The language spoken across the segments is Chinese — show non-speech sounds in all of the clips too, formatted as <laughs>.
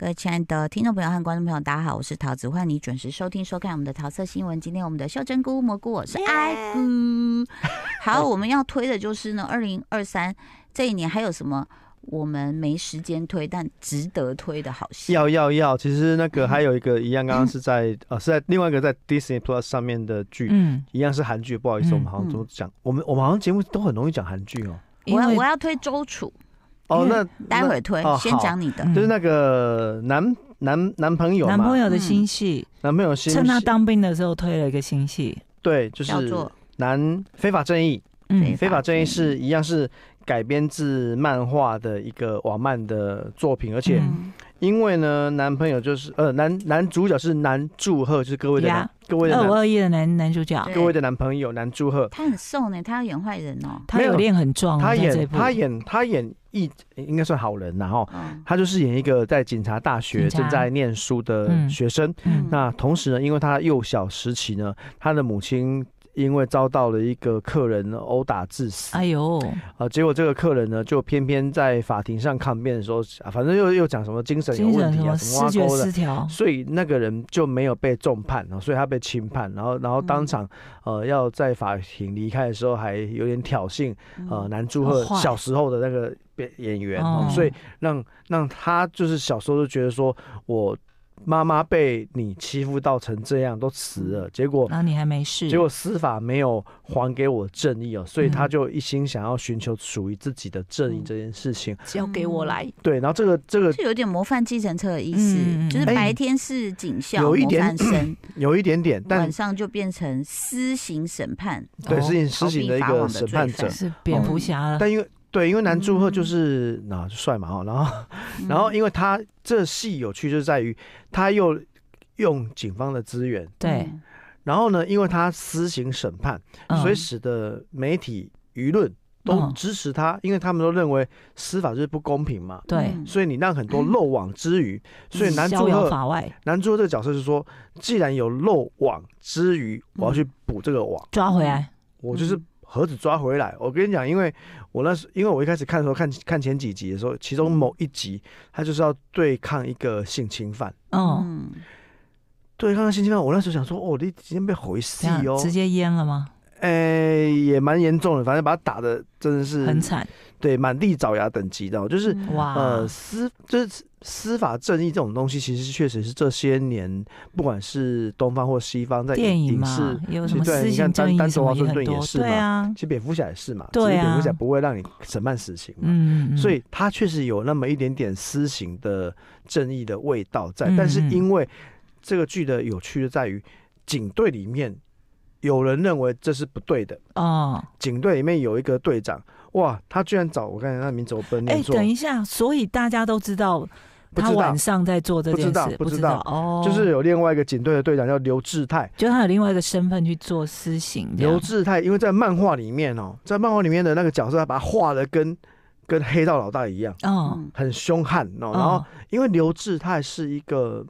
位亲爱的听众朋友和观众朋友，大家好，我是桃子，欢迎你准时收听收看我们的桃色新闻。今天我们的秀珍菇蘑菇，我是爱菇。 <laughs> 好，我们要推的就是呢，二零二三这一年还有什么我们没时间推但值得推的好戏？要要要，其实那嗯个还有一个一样，刚刚是在呃是在另外一个在 Disney Plus 上面的剧，嗯，一样是韩剧，不好意思，嗯我们好像都讲，我们我们好像节目都很容易讲韩剧哦。因我要为我要推周楚，哦，因为嗯那待会儿推，哦先好讲你的。那就是那个男男男朋友嘛，男朋友的嗯新戏，男朋友新趁他当兵的时候推了一个新戏，对，就叫是做男非法正义，非嗯，非法法正正义义是一样是改编自漫画的一个网漫的作品，而且嗯因为呢，男朋友就是呃男男主角是男祝贺，就是各位的男呀呃各位的二五男二一的男男主角，对各位的男朋友男祝贺，他很瘦呢，他要演坏人哦。他没有有练很壮哦，他在这演部他演他演一应该算好人然后嗯他就是演一个在警察大学警察正在念书的嗯学生。嗯那同时呢，因为他幼小时期呢，他的母亲因为遭到了一个客人殴打致死，哎呦，啊，结果这个客人呢，就偏偏在法庭上抗辩的时候，啊反正又又讲什么精神有精问神什题啊，什么么视挖觉沟的失，调，所以那个人就没有被重判，啊所以他被轻判，然后然后当嗯场、呃要在法庭离开的时候，还有点挑衅呃嗯男祝好贺坏小时候的那个演演员，哦哦所以让让他就是小时候就觉得说我妈妈被你欺负到成这样都死嗯了，结果然后你还没事，结果司法没有还给我正义哦，所以嗯他就一心想要寻求属于自己的正义这件事情。交给我来，对，然后这个这个就有点模范继承车的意思，嗯嗯嗯就是哎白天是警校、有一模点范生，有一点点，但晚上就变成私刑审判。对哦是你施逃行避的一法个网的审罪判犯者，嗯是蝙蝠侠了，嗯但因为对，因为男祝贺嗯就是那、就帅嘛哦，然后嗯 <laughs> 然后因为他这戏有趣就在于他又用警方的资源，对，嗯然后呢，因为他私行审判，嗯所以使得媒体舆论都嗯支持他，因为他们都认为司法就是不公平嘛。对，嗯所以你让很多漏网之鱼，所以男逍主遥贺法外男主贺这个角色是说，既然有漏网之鱼，我嗯要去补这个网，抓回来，我就是盒子抓回来。我跟你讲，因为我那时，因为我一开始看的时候，看看前几集的时候，其嗯中某一集他就是要对抗一个性侵犯，嗯，嗯，对抗性侵犯。我那时候想说，哦，你今天被回戏这样哦，直接淹了吗？哎、也蛮严重的，反正把他打的真的是很惨，啊对满地找牙等级的，哦就是嗯哇，呃，司就是司法正义这种东西，其实确实是这些年，不管是东方或西方，在电影影嘛视，，有其什实么对私你看刑丹正义丹什佐华么盛也很顿也多，是对嘛嗯啊其，实蝙蝠侠也是嘛，只对啊是蝙蝠侠不会让你审判死刑嘛，嗯，嗯所以他确实有那么一点点私刑的正义的味道在，嗯但是嗯因为这个剧的有趣就在于警队里面有人认为这是不对的，哦，警队里面有一个队长，哇，他居然找我看那名字我不能哎念，错，等一下，所以大家都知道不他知道晚。上在做这件不知道事，不知知道道哦，就是有另外一个警队的队长叫刘志泰。就他有另外一个身份去做私刑这样，刘志泰，因为在漫画里面哦，在漫画里面的那个角色，他把他画的跟跟黑道老大一样，哦，嗯很凶悍哦。哦然后，因为刘志泰是一个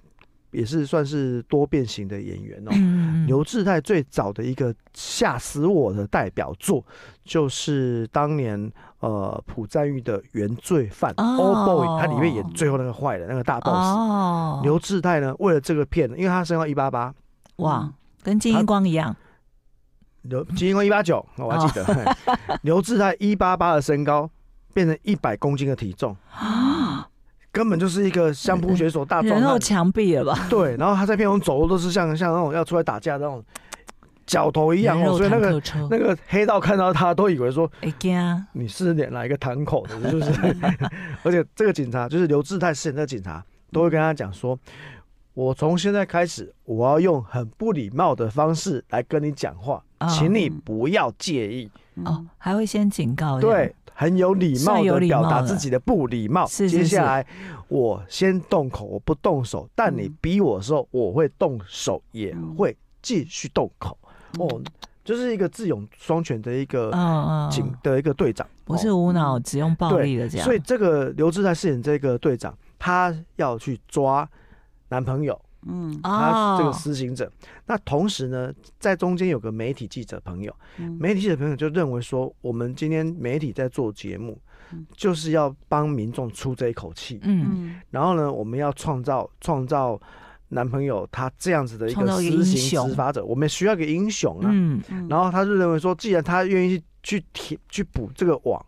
也是算是多变型的演员哦。嗯，嗯嗯刘志泰最早的一个吓死我的代表作，就是当年呃朴赞玉的《原罪犯》哦 Old Boy，他里面演最后那个坏人，那个大 boss。哦，刘志泰呢，为了这个片，因为他身高一八八，哇，跟金他英光一样，刘金英一八九，哦我还记得。哦嘿 <laughs> 刘志泰一八八的身高变成一百公斤的体重，嗯啊，根本就是一个相扑选手大壮人汉肉。墙壁了 <laughs> 吧？对，然后他在片中走路都是像像那种要出来打架的那种脚头一样人哦，肉所以那坦个克车，那个黑道看到他都以为说哎呀，你是哪哪一个堂口的，是不是？ <laughs> 而且这个警察就是刘志泰饰演的警察，都会跟他讲说。我从现在开始，我要用很不礼貌的方式来跟你讲话，哦请你不要介意。嗯哦，还会先警告，对，，很有礼貌算有的礼貌表达了自己的不礼貌。是接是下是来我先动口，我不动手，但你嗯逼我的时候，我会动手，也嗯会继续动口。哦，就是一个智勇双全的一嗯个嗯，警嗯的一个队长，不哦是无脑只用暴力的这样，所以这个刘志在饰演这个队长，他要去抓男朋友，嗯他哦，这个施行者。那同时呢，在中间有个媒体记者朋友，嗯媒体记者朋友就认为说，我们今天媒体在做节目，就是要帮民众出这一口气。嗯，嗯，然后呢，我们要创造创造男朋友他这样子的一创个造一个私英刑雄执法者，我们需要一个英雄啊。嗯，嗯然后他就认为说，既然他愿意去去填去补这个网，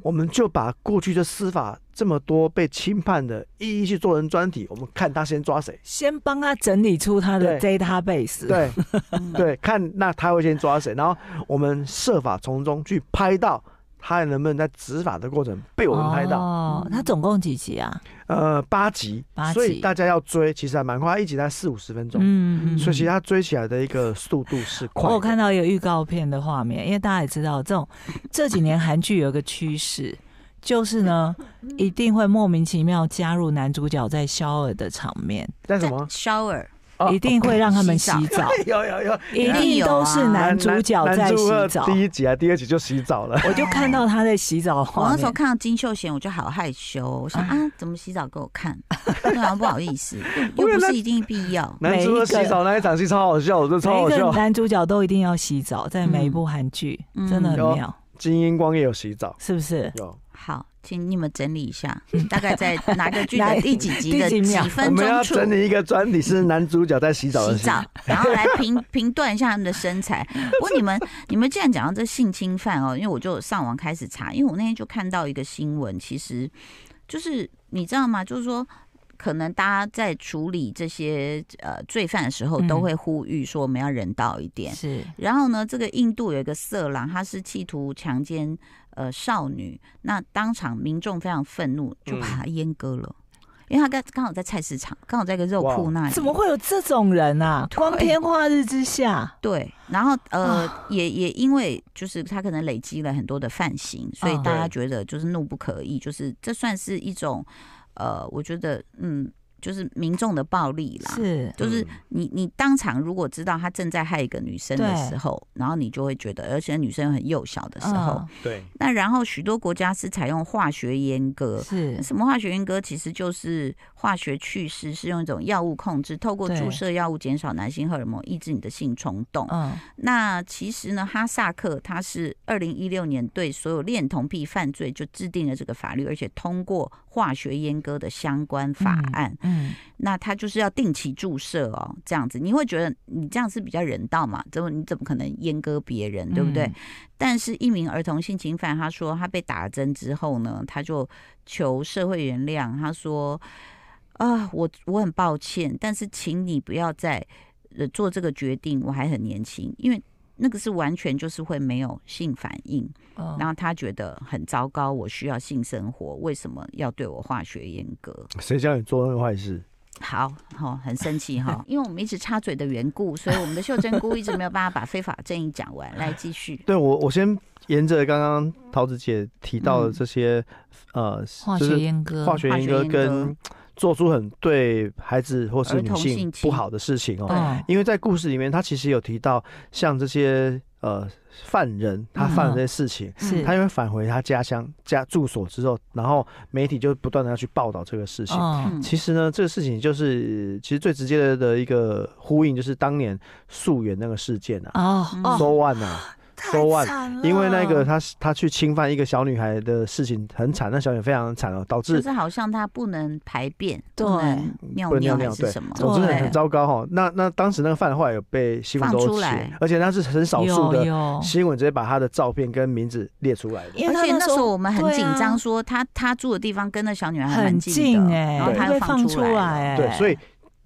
我们就把过去的司法这么多被侵犯的一一去做成专题，我们看他先抓谁。先帮他整理出他的 database，，对 <laughs> 嗯对，看那他会先抓谁，然后我们设法从中去拍到他能不能在执法的过程被我们拍到。哦嗯，他总共几集啊？呃，八集，八所以集大家要追，其实还蛮快，一集才四五十分钟。嗯所以其实他追起来的一个速度是快的。我有看到一个预告片的画面，因为大家也知道，这种 <laughs> 这几年韩剧有一个趋势，就 <laughs> 是呢，一定会莫名其妙加入男主角在肖尔的场面，但什么？ shower 哦一定会让他们洗 <laughs> 洗澡， <laughs> 有有有，一一定定有都是啊男主角在 <laughs> 男主二洗澡。第一集啊，第二集就洗澡了。我就看到他在洗澡 <laughs> 的我画那时候面，哎看到金秀贤，我就好害羞哦，我想啊，怎么洗澡给我看？ <laughs> 对啊，不好意 <laughs> 思，又不是一定必要。男主二洗澡那一场戏超好笑，我觉得超每好一个笑。男主角都一定要洗澡，在每一部韩剧，嗯真的很有妙，金英光也有洗澡，是不是？有。好，请你们整理一下，大概在哪个 <laughs> 剧的第几集第的几秒几嗯我分们要钟处整理一个专题，是男主角在洗澡的洗戏。 <laughs> 澡，然后来评 <laughs> 评断一下他们的身材。不过你们，你们既然讲到这性侵犯哦，因为我就上网开始查，因为我那天就看到一个新闻，其实就是你知道吗？就是说。可能大家在处理这些呃罪犯的时候，嗯都会呼吁说我们要人道一点。是，然后呢，这个印度有一个色狼，他是企图强奸呃少女，那当场民众非常愤怒，就把他阉割了，因为他刚刚好在菜市场，刚好在一个肉铺哇那里，怎么会有这种人啊？哎对光天化日之下，对，然后呃，啊也也因为就是他可能累积了很多的犯行，所以嗯大家对觉得就是怒不可遏，就是这算是一种呃，我觉得嗯，就是民众的暴力啦。是就是嗯你你当场如果知道他正在害一个女生的对时候，然后你就会觉得，而且女生很幼小的时候，嗯对，那然后许多国家是采用化学阉割，嗯是什么化学阉割其实就是化学去势，是用一种药物控制，透过对注射药物减少男性荷尔蒙，抑制你的性冲动。嗯那其实呢，哈萨克他是二零一六年对所有恋童癖犯罪就制定了这个法律，而且通过化学阉割的相关法案。嗯，那他就是要定期注射哦，这样子你会觉得你这样是比较人道嘛？怎么你怎么可能阉割别人，对不对？嗯但是，一名儿童性侵犯，他说他被打针之后呢，他就求社会原谅。他说：“啊，我我很抱歉，但是请你不要再呃做这个决定，我还很年轻，因为那个是完全就是会没有性反应。嗯然后他觉得很糟糕，我需要性生活，为什么要对我化学阉割？谁叫你做那个坏事？好，好、很生气哈、因为我们一直插嘴的缘故，所以我们的秀珍菇一直没有办法把非法正义讲完。来继续，对我，我先沿着刚刚桃子姐提到的这些，呃，化就学是阉割，化学嗯化阉学割阉跟做出很对孩子或是儿女童性性侵不好的事情哦。嗯因为在故事里面，他其实有提到像这些呃犯人，嗯他犯了这些事情，是他因为返回他家乡家住所之后，然后媒体就不断的要去报道这个事哦情。嗯其实呢，这个事情就是其实最直接的的一个呼应，就是当年溯源那个事件啊，哦嗯哦，收案啊，收案案因为那啊个他他去侵犯一个小女孩的事情很惨，那小女孩非常惨哦，导就致是好像他不能排便，对不能尿不能尿尿还尿是什么，总之对很糟糕哈、哦。那那当时那个犯后来有被新闻放都出写来，而且那是很少数的有有，新闻直接把他的照片跟名字列出来的。因为而他且那时时候我们很紧对张，啊说他他住的地方跟那小女孩还蛮很近的，哎，然后对他被又放出出来了。来，欸对，所以以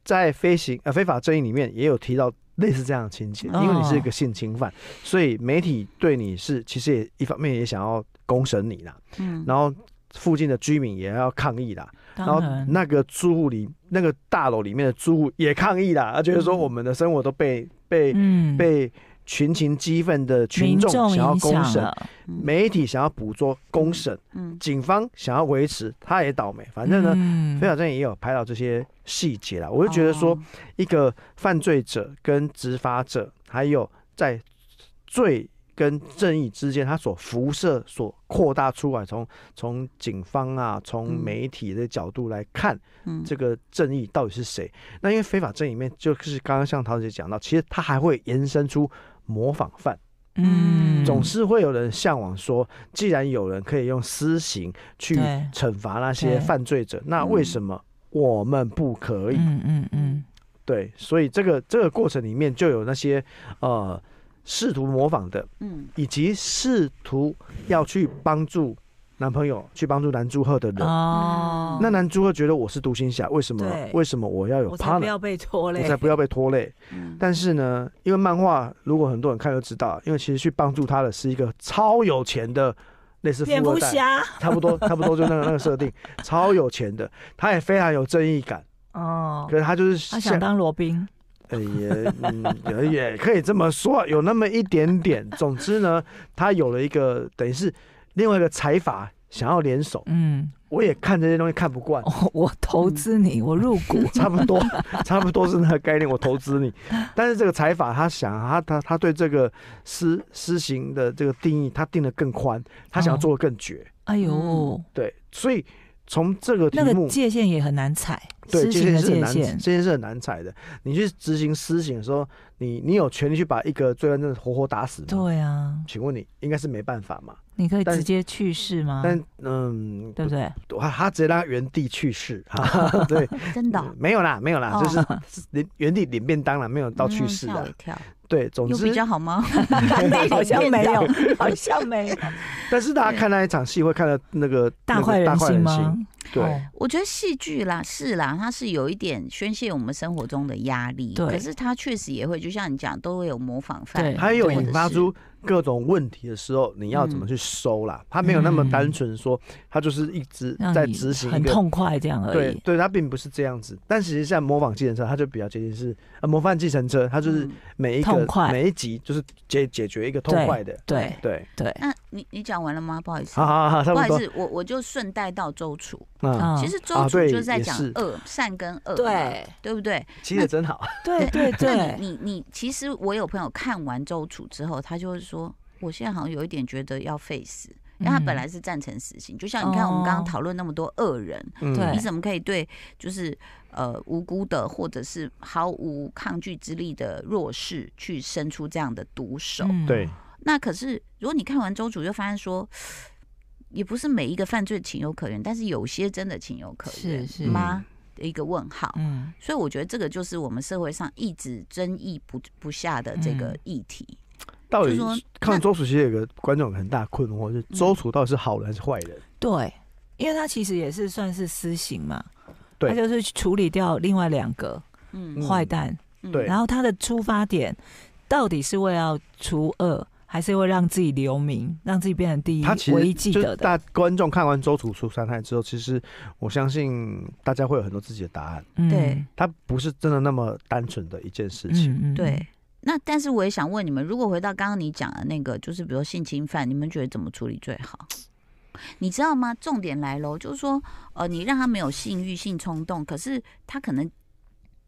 在飞行呃非法正义里面也有提到类似这样的情节，哦因为你是一个性侵犯，所以媒体对你是其实也一方面也想要公审你啦，嗯，然后附近的居民也要抗议啦，然然后那个住户里那个大楼里面的住户也抗议啦，他觉得说嗯我们的生活都被被、嗯被群情激愤的群民众想要影公响审，了，媒体想要捕捉公审，嗯警方想要维持，他也倒霉，反正呢。呢非法正义也有拍到这些细节啦，我就觉得说，哦哦一个犯罪者跟执法者，还有在罪跟正义之间，它所辐射、所扩大出来，从从警方啊，从嗯媒体的角度来看，嗯这个正义到底是谁？那因为非法正义里面，就是刚刚像桃姐讲到，其实它还会延伸出模仿犯，嗯总是会有人向往说，既然有人可以用私刑去对惩罚那些对犯罪者，那为什么我们不可以？嗯嗯嗯，对，所以这个这个过程里面就有那些呃试图模仿的，嗯以及试图要去帮助男朋友、去帮助男祝贺的人。哦，那男祝贺觉得我是独行侠，为什么对？为什么我要有我才不 partner？要被拖我累，才不要被拖累。嗯但是呢，因为漫画如果很多人看就知道，因为其实去帮助他的是一个超有钱的，类似富蝙蝠二代，侠，差 <laughs> 不多差不多就那个那个设定，超有钱的，他也非常有正义感，哦，可是他就是他像想当罗宾，呃，也嗯，也也可以这么说，有那么一点点。总之呢，他有了一个等于是另外一个财阀想要联手，嗯，我也看这些东西看不惯，哦我投资嗯你，我入股， <laughs> 差不多，差不多是那个概念。我投资 <laughs> 你，但是这个财阀他想他他他对这个施施行的这个定义，他定的更宽，他想要做的更绝。哎呦嗯，对，所以从这个题那个目，界限也很难踩，嗯对，私界刑限的是很界难，限，界限是很难踩的。你去执行私刑的时候，你你有权利去把一个罪犯真的活活打死吗？对啊，请问你应该是没办法嘛？你可以但直接去世吗？但嗯，对不 <laughs> 对？他他直接让他原地去 <laughs> 世，对，真的哦嗯没有啦，没有啦，哦就是领原地领便当啦，没有到去嗯世吓啦我一。跳，对，总有之比，较好吗？ <laughs> 好像没有，好像没有，但是大家看那一场戏会看到那个大那个快人大快心人吗哦心，？对，我觉得戏剧啦是啦，它是有一点宣泄我们生活中的压力，对可是它确实也会，就像你讲，都会有模仿犯对，还有或者引发是出各种问题的时候，你要怎么去收啦？他没有那么嗯单纯说，他就是一直让在你执行一很个痛快这样而对已。对，他并不是这样子，但其实像模仿计程车，它就比较接近是呃模范计程车，它就是嗯每一痛个快每一集就是解解决一个痛对快的，对对，对，那你你讲完了吗？不好意思，好好好，差不不好意多，思，我我就顺带到周楚。嗯，嗯其实周啊楚对就是在也讲是恶、善跟恶嘛，对对不对？骑的真好，对对 <laughs> 那对，你你你，其实我有朋友看完周楚之后，他就会说，我现在好像有一点觉得要 face。因为他本来是赞成死刑，就像你看我们刚刚嗯哦讨论那么多恶人，嗯对你怎么可以对就是呃无辜的或者是毫无抗拒之力的弱势去伸出这样的毒手？嗯对，那可是如果你看完周主，就发现说， <sighs> 也不是每一个犯罪情有可原，但是有些真的情有可原是是吗？的一个问号。嗯，所以我觉得这个就是我们社会上一直争议不不下的这嗯个议题。到就底说那看周楚其实有个观众很大困惑，嗯就是周楚到底是好人还是坏人？对，因为他其实也是算是私刑嘛，对他就是处理掉另外两个嗯坏蛋，嗯对然后他的出发点到底是为了除恶，还是会让自己留名，让自己变成第一他其唯一实记就是得的？大观众看完周楚出三害之后，其实我相信大家会有很多自己的答案，嗯对它不是真的那么单纯的一件事情。嗯嗯，对。那但是我也想问你们，如果回到刚刚你讲的那个，就是比如性侵犯，你们觉得怎么处理最好？你知道吗？重点来喽，就是说，呃，你让他没有性欲、性冲动，可是他可能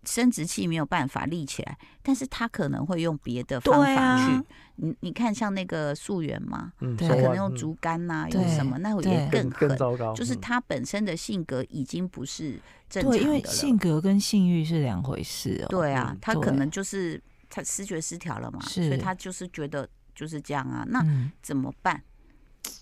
生殖器没有办法立起来，但是他可能会用别的方对法啊去。你你看，像那个溯源嘛，嗯，对啊他手可能腕用嗯竹竿呐、对用什么，那也对更更狠。糟糕，就是嗯他本身的性格已经不是正常对，的因为了性格跟性欲是两回事哦。对啊嗯，他可对能就是他视觉失调了嘛，所以是他就是觉得就是这样啊。那嗯，怎么办？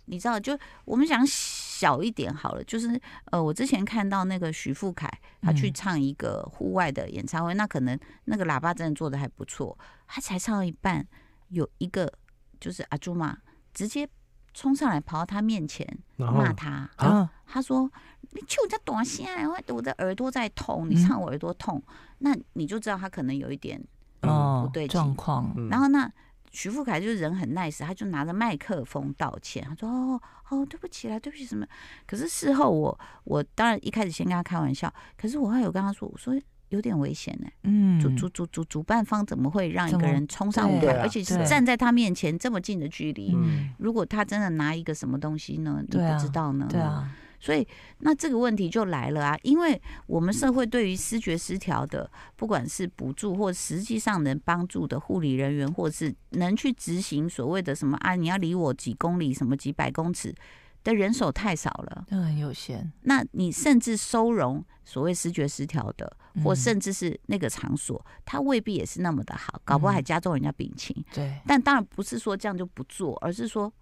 你知道，就我们讲小一点好了，就是呃，我之前看到那个徐富凯，他去嗯唱一个户外的演唱会，那可能那个喇叭真的做的还不错，他才唱到一半，有一个就是阿朱玛直接冲上来跑到他面前然后骂他，哦啊，他说：“你就在短线，我我的耳朵在痛，嗯你唱我耳朵痛，那你就知道他可能有一点。哦，不对劲状况，嗯然后那徐富凯就是人很 nice，他就拿着麦克风道歉，他说：‘哦哦，对不起啦，对不起什么。’可是事后我我当然一开始先跟他开玩笑，可是我后来有跟他说，我说有点危险呢、嗯，主主主主主办方怎么会让一怎个么人冲上舞对台，啊而且是对站在他面前这么近的距离？嗯，如果他真的拿一个什么东西呢？你对啊不知道呢？对啊，所以，那这个问题就来了啊，因为我们社会对于视觉失调的，不管是补助或实际上能帮助的护理人员，或是能去执行所谓的什么啊，你要离我几公里、什么几百公尺的人手太少了。那很有限，那你甚至收容所谓视觉失调的，或嗯甚至是那个场所，它未必也是那么的好，搞不好还嗯加重人家病情。对，但当然不是说这样就不做，而是说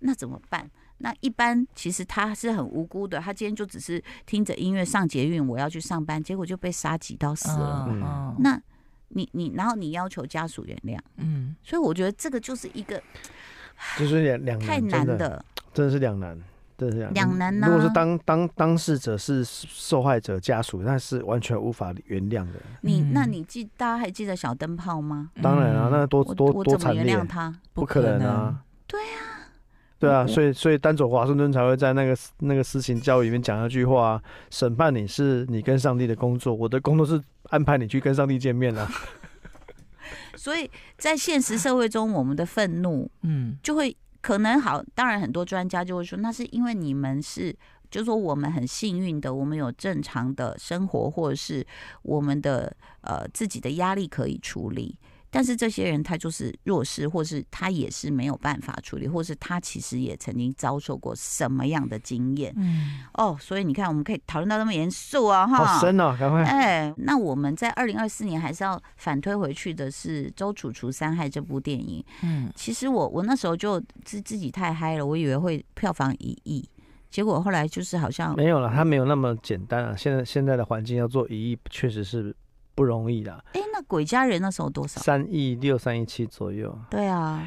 那怎么办？那一般其实他是很无辜的，他今天就只是听着音乐上捷运，我要去上班，结果就被杀挤到死了。嗯嗯那你你然后你要求家属原谅，嗯，所以我觉得这个就是一个就是两两太难，嗯真难的的，真的是两难，真的是两难啊如果是当当当事者是受害者家属，那是完全无法原谅的。你嗯那你记大家还记得小灯泡吗？当然啊，嗯那多我多我怎么多惨原烈谅，他？不可能啊。对啊。对嗯啊，所以所以丹佐华盛顿才会在那个那个私情教育里面讲那句话、啊审判你是你跟上帝的工作，我的工作是安排你去跟上帝见 <laughs> 面啊。所以在现实社会中，我们的愤怒嗯就会可能好，当然很多专家就会说，那是因为你们是，就是说我们很幸运的，我们有正常的生活，或者是我们的呃自己的压力可以处理。但是这些人他就是弱势，或是他也是没有办法处理，或是他其实也曾经遭受过什么样的经验嗯哦。所以你看，我们可以讨论到那么严肃啊，哈。好深哦，赶快。哎，那我们在二零二四年还是要反推回去的是《周楚除三害》这部电影。嗯，其实我我那时候就自自己太嗨了，我以为会票房一亿，结果后来就是好像没有了，它没有那么简单啊。现在现在的环境要做一亿，确实是不容易的，哎，那《鬼家人》那时候多少？三亿六、三亿七左右。对啊，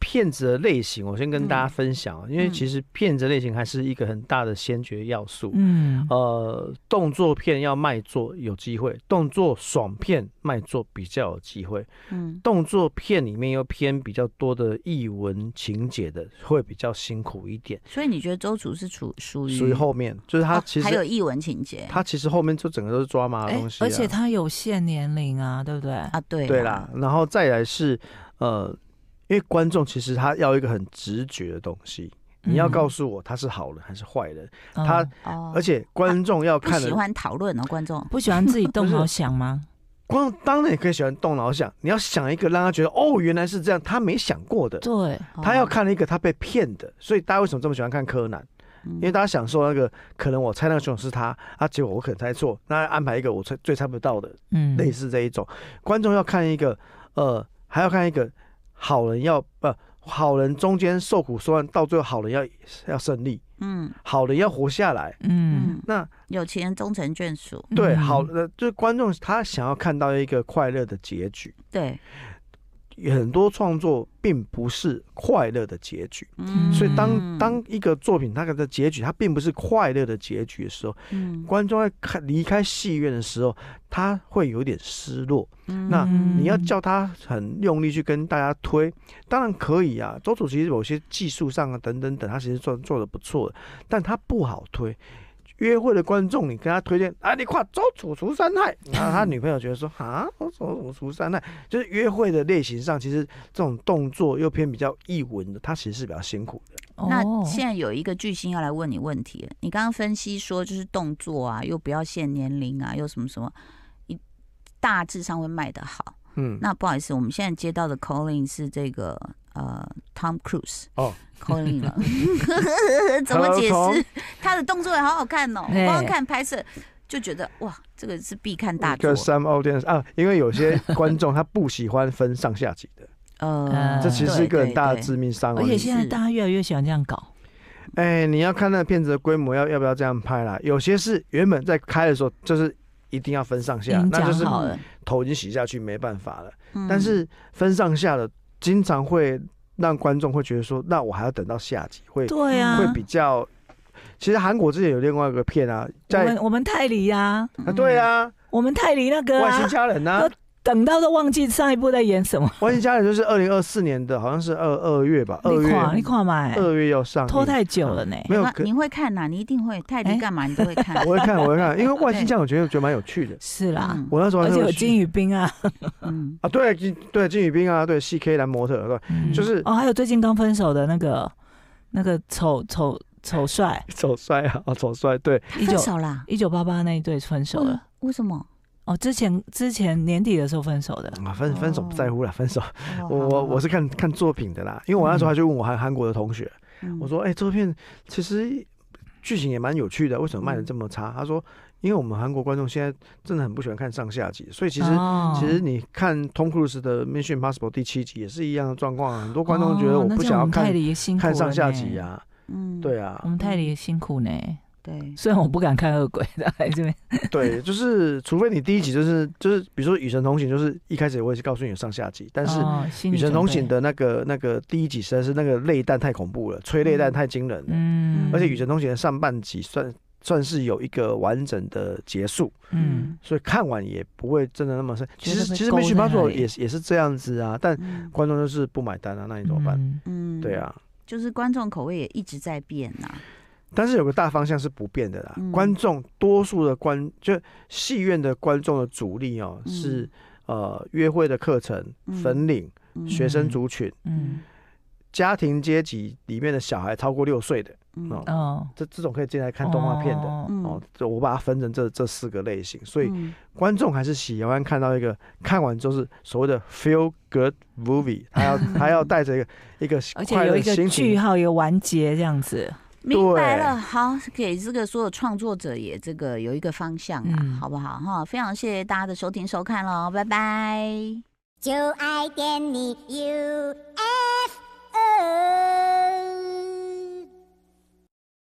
骗子的类型，我先跟大家嗯分享啊，因为嗯其实骗子类型还是一个很大的先决要素。嗯呃，动作片要卖座有机会，动作爽片卖座比较有机会。嗯动作片里面又偏比较多的译文情节的，会比较辛苦一点。所以你觉得周楚是属属于属于后面，就是他哦其还有实译文情节他其实后面就整个都是抓马的哎东西啊。而且它有限年龄啊，对不对？啊？对对啦，，然后再来是呃，因为观众其实他要一个很直觉的东西，你要告诉我他是好人还是坏人，嗯他嗯哦，而且观众要不看喜的，欢讨论哦，观众不喜欢自己 <laughs> 动脑想吗？观众当然也可以喜欢动脑想，你要想一个让他觉得哦原来是这样，他没想过的。对，他要哦看了一个他被骗的，所以大家为什么这么喜欢看柯南？因为嗯大家享受那个可能我猜那个凶手是他啊，结果我可能猜错，那安排一个我猜最猜不到的，嗯，类似这一种。观众要看一个，呃，还要看一个好人要呃，好人中间受苦受难，到最后好人要要胜利，嗯好人要活下来。嗯，嗯，那有钱人终成眷属，嗯对好，的，就是观众他想要看到一个快乐的结局。对，很多创作并不是快乐的结局，嗯所以当当一个作品它的结局它并不是快乐的结局的时候，嗯观众在看离开戏院的时候，他会有点失落。那嗯你要叫他很用力去跟大家推，当然可以啊。周主其实有些技术上啊等等等，他其实做做的不错的，但他不好推。约会的观众，你跟他推荐，啊，你跨周楚除三害， <laughs> 然后他女朋友觉得说，啊，周楚除三害，就是约会的类型上，其实这种动作又偏比较译文的，他其实是比较辛苦的。那哦现在有一个巨星要来问你问题了，你刚刚分析说就是动作啊，又不要限年龄啊，又什么什么，一大致上会卖得好。嗯，那不好意思，我们现在接到的 calling 是这个呃 Tom Cruise 哦 calling <laughs> 了， <laughs> 怎么解 Hello, Tom 释？他的动作也好好看哦，哎光看拍摄就觉得哇，这个是必看大一个作。 some audience 啊，因为有些观众他不喜欢分上下级的，呃这其实是一个很大的对对致命伤。而且现在大家越来越喜欢这样搞，哎、你要看那个片子的规模要要不要这样拍啦？有些是原本在开的时候就是一定要分上已下，经那就讲是好了，头已经洗下去没办法了。嗯但是分上下的经常会让观众会觉得说，那我还要等到下集会对啊，会比较。其实韩国之前有另外一个片啊，我在们我们泰理呀，啊对嗯啊，我们泰理那个外星啊，家人呐、啊呃，等到都忘记上一部在演什么，外星家人就是二零二四年的，好像是二二月吧，二你月看你看嘛，二月嗯要上映，拖太久了呢，没有哇可你会看呐、你一定会。泰迪哎干嘛你都会看。 <laughs> 我会看我会看，因为外星家人我觉得我觉得蛮有趣的，是啦，嗯我那时候还而且是有会去金宇彬啊，嗯，啊，对，金对金宇彬啊，对 C K 蓝模特，对，嗯就是 <laughs> 哦，还有最近刚分手的那个那个丑丑丑帅，丑帅啊，哦，丑帅，对，他一嗯分九手啦。一九八八那一对分手了。为为什么？哦，之前之前年底的时候分手的，啊，分分手不在乎了，分手，哦我好我好嗯我是看看作品的啦，因为我那时候还去问我韩韩国的同学，嗯我说：“哎、这部片其实剧情也蛮有趣的，为什么卖的嗯这么差？”他说：“因为我们韩国观众现在真的很不喜欢看上下集，所以其实、哦其实你看 Tom Cruise 的《Mission Impossible》第七集也是一样的状况啊，很多观众觉得哦我那不这想样要我们太看、理辛苦看上了下呢集，啊，嗯，对我啊，们太理辛苦呢。对，虽然我不敢看恶鬼，但还是没对，就是除非你第一集就是就是，比如说《与神同行》，就是一开始我也是告诉你有上下集，但是《<laughs> <laughs> 哦心与理神准同备行》的那个那个第一集实在是那个泪弹太恐怖了，催泪弹太惊人了，嗯，而且《与神同行》的上半集算算是有一个完整的结束，嗯所以看完也不会真的那么深。其觉得实被其实《勾 Mission 在 p o s s i b l 那里也是也是这样子啊，但嗯观众就是不买单啊，那你怎么办？嗯嗯对，啊，就是观众口味也一直在变呐、但是有个大方向是不变的啦。嗯观众多数的观就戏院的观众的主力哦、嗯是呃约会的课程嗯、粉领、嗯学生族群、嗯家庭阶级里面的小孩超过六岁的，嗯哦哦，这这种可以进来看动画片的。哦嗯哦，这我把它分成这这四个类型，所以嗯观众还是喜欢看到一个看完之后是所谓的 feel good movie，他要他要带着一个一个 <laughs> 而且快乐有的一个心句情，号，一个完结这样子。明白了，好，给这个所有创作者也这个有一个方向啊，嗯好不好哈？非常谢谢大家的收听收看喽，拜拜。就爱点你 UFO。